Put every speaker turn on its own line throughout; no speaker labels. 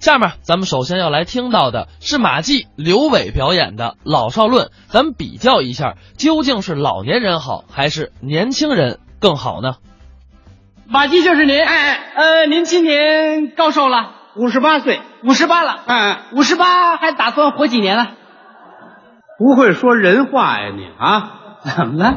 下面咱们首先要来听到的是马季、刘伟表演的《老少论》，咱们比较一下，究竟是老年人好还是年轻人更好呢？
马季就是您，
哎哎，
呃，您今年高寿了？
五十八岁，
五十八了，
嗯，
五十八还打算活几年啊？
不会说人话呀你啊？
怎么了？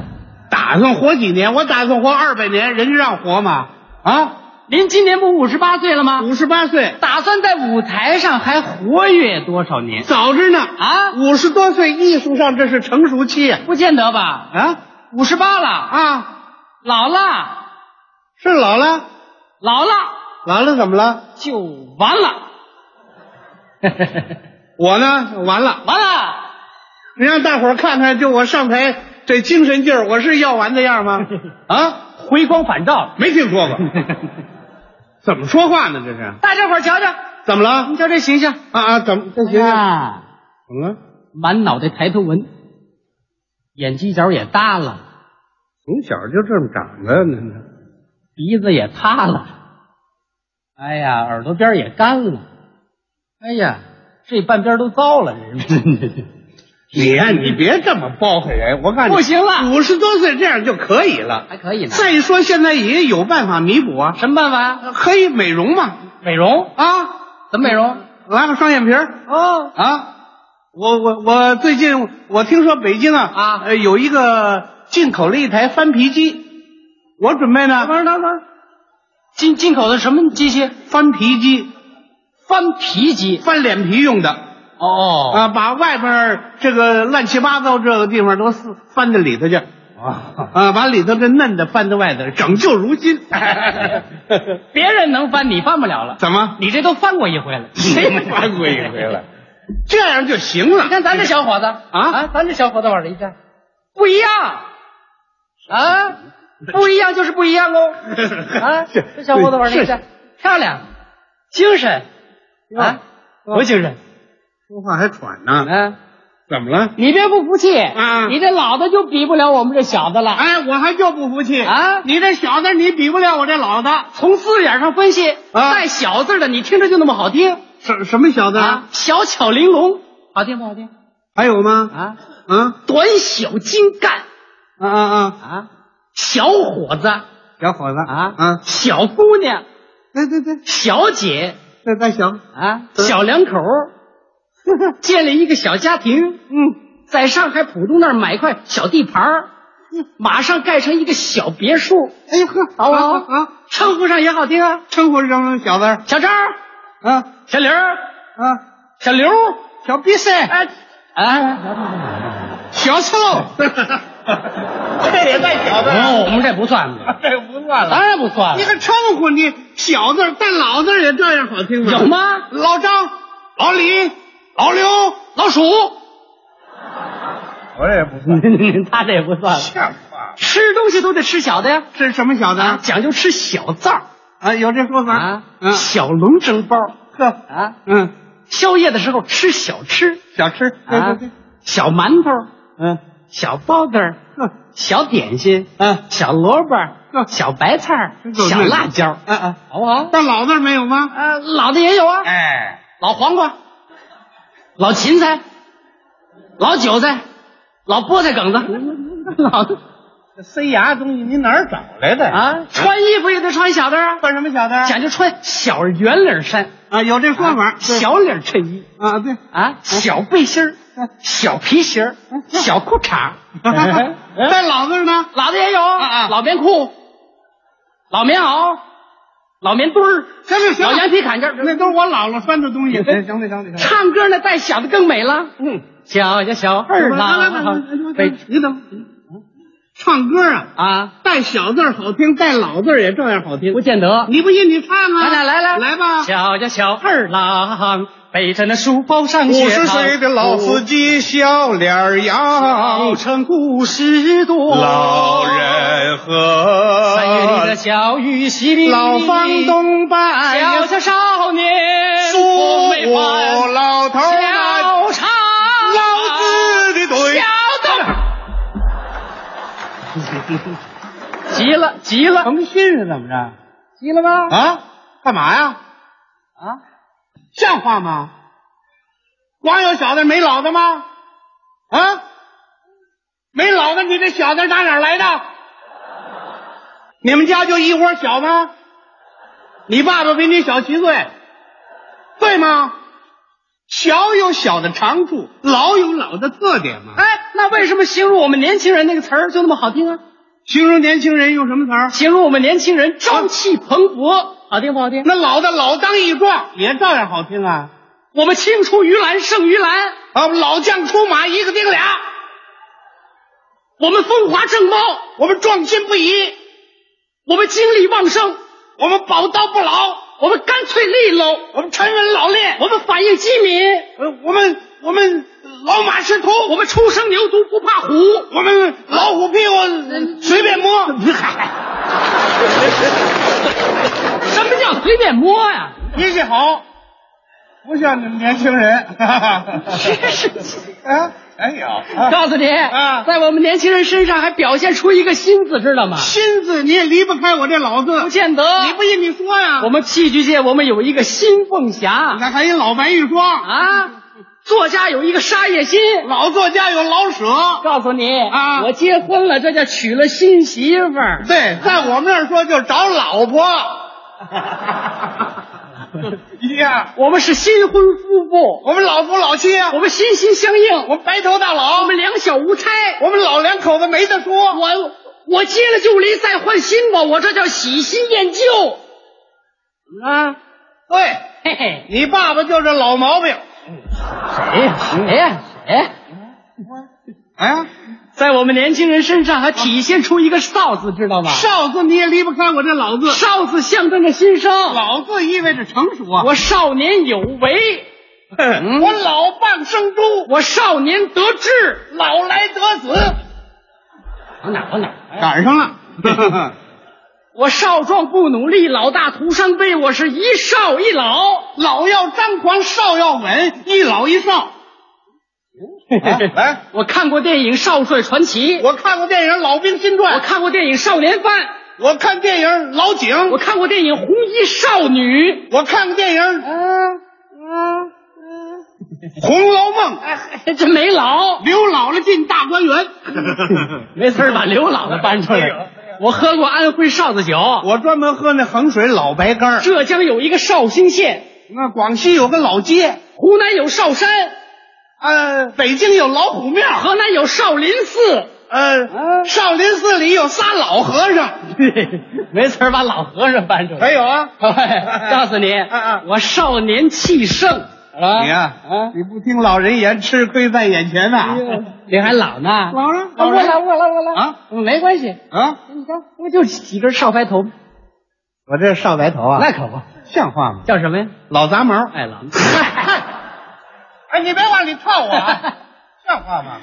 打算活几年？我打算活二百年，人家让活吗？啊，
您今年不五十八岁了吗？
五十八岁，
打算在舞台上还活跃多少年？
早着呢
啊
五十多岁，艺术上这是成熟期啊
不见得吧，
啊
五十八了，
啊！
老了，
是老了，
老了
完了怎么了？
就完了，
我呢，完了，
完了。
你让大伙儿看看，就我上台这精神劲儿，我是要完的 样吗？啊，
回光返 照。
没听说过，怎么说话呢？这是
大家伙儿瞧瞧，
怎么了
你？瞧这形象
啊啊，怎么这行？
啊，
怎么了？
满脑袋抬头纹，眼犄角也耷了，
从小就这么长的，那那
鼻子也塌了，哎呀，耳朵边儿也干了，哎呀，这半边儿都糟了，这是
你呀、你别这么包袱人，我看
不行了，
五十多岁这样就可以了。
还可以呢。
再说现在也有办法弥补啊，
什么办法？
黑美容嘛，
美容？
啊，
怎么美容？
来个双眼皮儿
哦，
啊。我我我最近我听说北京啊
啊
呃有一个进口了一台翻皮机，我准备
等会
呢
儿等会儿，进进口的什么机器？
翻皮机，
翻皮机。
翻脸皮用的
哦，
啊，把外边儿这个乱七八糟这个地方都撕翻到里头去。
哦
啊，
啊，把里头这嫩的翻到外头，拯救 如今。
别人能翻，你翻不了了。
怎么？
你这都翻过一回 了。
谁翻过一回了？这样就行了。
你看咱这小伙子啊
啊
咱这小伙子往这一站，不一样啊，不一样就是不一样 哦啊！
是
这小伙子往这一站
是，
漂亮，精神啊，多精神！
说话还喘呢，
嗯，
怎么了？
你别不服气
啊
你这老的就比不了我们这小的了。
哎，我还就不服气
啊
你这小子，你比不了我这老子。
从字眼上分析，
啊嗯
带小字的你听着就那么好听
什什么小子？
啊，小巧玲珑，好听不好听
还有吗？
啊？
啊
短小精干
啊啊啊！
啊，小伙子
小伙子
啊
啊，
小姑娘，
对对对，
小姐
那再行。
啊，小两口儿建立一个小家庭，
嗯，
在上海浦东那儿买块小地盘儿，马上盖成一个小别墅，
哎呦呵，
好不好
啊？
称呼上也好听啊，
称呼上小子
小张儿、
啊
小刘儿、
啊，
小刘儿，
小鼻塞，
哎哎，
小臭，这也带小字
哦，我们 这不算。
这不算
当然不算
你
了，
这称呼你小字儿带老字儿也这样好听吗？
有？吗？
老张、老李、老刘、老鼠，我这也不 算。
他这也不算了。
像话！
吃东西都得吃小的呀，
这是什么小子啊？
讲究吃小灶儿
啊，有这说法
啊，
嗯，
小笼蒸包儿
呵，
啊，
嗯，
宵夜的时候吃小吃
小吃，对
啊
对对，，
小馒头、
嗯，
小包子儿、
呵，
小点心、
嗯，
小萝卜儿、
嗯
小白菜儿、
真够
小
嫩
辣椒儿，
啊啊，
好不好？
但老字儿没有吗？
啊，老的也有啊，
哎，
老黄瓜、老芹菜、老韭菜、老菠菜梗 子，老的
这塞牙的东西你哪儿找来的？
啊，穿衣服也得穿小的啊。
穿什么小字儿
讲究穿小圆领衫，
啊？有这说法，对
小领衬衣
啊，嗯对，
啊，小背心儿，小皮鞋儿，小裤衩
哎
儿，
带老字儿呢？
老的也有
嗯啊
老棉裤、老棉袄、老棉墩儿、
行行行
老
了，
羊皮坎肩儿。
那都是我姥姥穿的东西。行行了行了行了，
唱歌那带小的更美了，
嗯，
小呀小二
来来
郎
来，
被
哎你等，嗯唱歌啊，
啊，
带小字儿好听，带老字儿也照样好听
不。见得。
你不信你唱
咱
啊？
俩来来
来吧。
小呀小二郎背着那书包上
五
学
十
堂
岁的老司机笑脸扬
老，成故事多，
老人和
三月里的小雨淅沥沥
老房东伴
小哎小少年，
叔
我没
我
烦
老头儿
小
啊，
茶，
老子的
小
腿。
子，急了急了，
腾讯是怎么着？
嗯急了吗？
啊，干嘛呀？
啊，
像话吗？光有小的没老的吗？啊，没老的，你这小的打哪儿来的？你们家就一窝小吗？你爸爸比你小七岁，对吗？小有小的长处，老有老的特点嘛。
哎，那为什么形容我们年轻人那个词儿就那么好听啊？
形容年轻人用什么词儿？
形容我们年轻人朝气蓬勃，好听不好听？
那老的老当益壮也照样好听啊！
我们青出于蓝胜于蓝，
啊，老将出马一个顶俩，
我们风华正茂，
我们壮心不已，
我们精力旺盛，
我们宝刀不老，
我们干脆利落，
我们沉稳老练，
我们反应机敏，
呃我们我们老马识途，
我们初生牛犊不怕虎。
我们老虎屁股呃随便摸。
什么叫随便摸呀、
脾气好，不像你们年轻人。
真是
啊，哎呦，啊
告诉你，
啊
在我们年轻人身上还表现出一个“新”字，知道吗？
新字你也离不开我这老字，
不见得。
你不信你说呀？
我们戏剧界我们有一个新凤
你
霞
看还有老白玉霜，
啊，作家有一个沙叶新。
老作家有老舍。
告诉你
啊
我结婚了，这叫娶了新媳妇儿。
对，在我们那儿说就是找老 婆。呀，
我们是新婚夫妇，
我们老夫老妻啊，
我们心心相印，
我们白头到老，
我们两小无猜。
我们老两口子没得说。
我我结了就离，再换新的，我这叫喜新厌旧。啊，
对，
嘿嘿，
你爸爸就是老毛病。
谁哎呀、谁呀、谁？
哎，
在我们年轻人身上还体现出一个少字，知道吗？
少字你也离不开我这老字，
少字象征着新生，
老字意味着成熟啊。嗯
我少年有为，
哼我老蚌生珠，
我少年得志，
老来得子，
往哪往哪？
赶上了。
我少壮不努力，老大徒伤悲。我是一少一老，
老要张狂，少要稳，一老一少。哎，
啊我看过电影《少帅传奇》，
我看过电影《老兵新
我
传》，
看过电影《少年犯》，
我看电影《老井》，
我看过电影《红衣少女》。
我看过电影《
嗯
红楼梦》，
哎，这没老，
刘姥姥进大观园。
没事儿把刘姥姥搬出
哎
来
呦。
我喝过安徽哨子酒，
我专门喝那衡水老白干儿。
浙江有一个绍兴县，
那广西有个老街，
湖南有绍山，
呃，北京有老虎庙，
河南有少林寺。啊
呃，少林寺里有仨老和尚。
没事儿把老和尚搬出来。
还有啊，
哎告诉你
嗯嗯，
我少年气盛啊！
你呀、
啊
你不听老人言，吃亏在眼前呐、
你还哎老呢？
老了
啊
老
我
了
老我老我老
啊！
没关系，
啊！
你看不就几根少白头吗？
我这少白头啊，
那可不，
像话吗？
叫什么呀？
老杂毛。
爱老。
哎，你别往里套我，啊像话吗？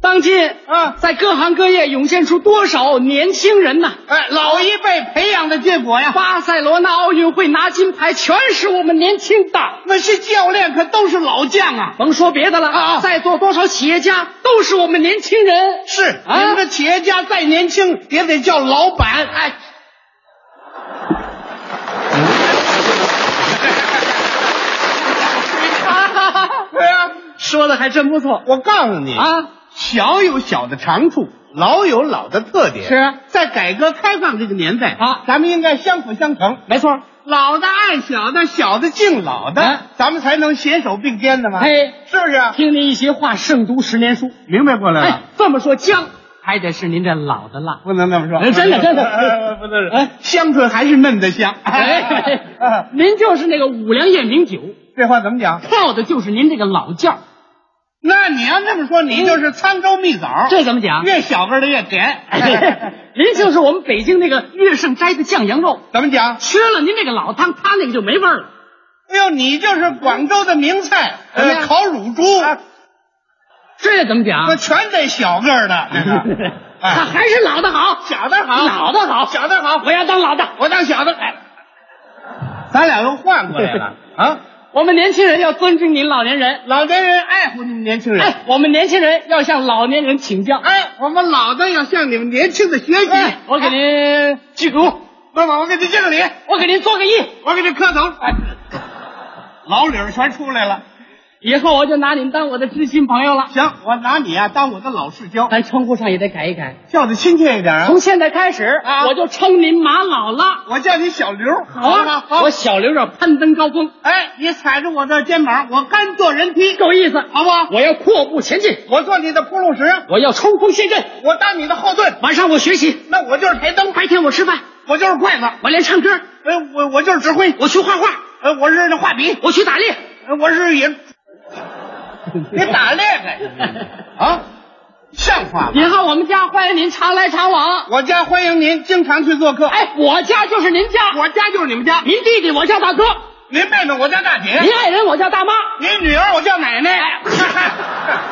当今
啊
在各行各业涌现出多少年轻人呐！
哎，老一辈培养的结果呀，
巴塞罗那奥运会拿金牌，全是我们年轻的。
那些教练可都是老将啊。
甭说别的了
啊
在座多少企业家都是我们年轻人。
是，
啊
你们这企业家再年轻也得叫老板。哎，
哎
对呀、
说的还真不错
我告诉你，
啊！
小有小的长处，老有老的特点。
是
在改革开放这个年代
啊
咱们应该相辅相成，
没错。
老的爱小的，小的敬老的，
啊
咱们才能携手并肩的嘛。
哎，
是不是？
听您一席话胜读十年书。
明白过来
哎，这么说姜还得是您这老的辣。
不能这么说，
哎真的真的
哎不能
哎
哎，香椿还是嫩的香。
哎嗯
哎，，
您就是那个五粮液名酒，
这话怎么讲？
泡的就是您这个老窖。
那你要这么说，你就是沧州蜜枣，
这怎么讲？
越小个儿的越甜。 哎
您就是我们北京那个月盛斋的酱羊肉，
怎么讲？
缺了您这个老汤，它那个就没味儿了。
哎呦，你就是广州的名菜，
怎么样
呃，烤乳猪，
啊这怎么讲？
那全得小个儿的。那个
它
哎，
还是老的好，
小的好，
老的好，
小的好，
我要当老的。
我当小的。哎，咱俩又换过 来了啊！
我们年轻人要尊敬您老年人，
老年人爱护你们年轻人，
哎，我们年轻人要向老年人请教。
哎，我们老的要向你们年轻的学习。
哎，我给您鞠躬，
爸爸，我给你敬个礼，
我给您做个揖，
我给你磕头。哎，老理儿全出来了。
以后我就拿你们当我的知心朋友了，
行，我拿你啊当我的老世交，
咱称呼上也得改一改。
叫的亲切一点啊。
从现在开始，
啊
我就称您马老了。
我叫你小刘，吗？
啊我小刘要攀登高峰，
哎，你踩着我的肩膀，我甘做人梯，
够意思。
好不好？
我要阔步前进，
我做你的铺路石，
我要冲锋陷阵。
我当你的后盾，
晚上我学习，
那我就是台灯，
白天我吃饭，
我就是筷子，
我练唱歌，
哎，我我就是指挥，
我去画画，
呃，我是那画笔，
我去打猎。
呃我是也，你打猎干啊？像话吗？
以后我们家欢迎您常来常往。
我家欢迎您经常去做客，
哎，我家就是您家，
我家就是你们家，哎
您弟弟我叫大哥，
您妹妹我叫大姐，
您爱人我叫大妈。
您女儿我叫奶奶。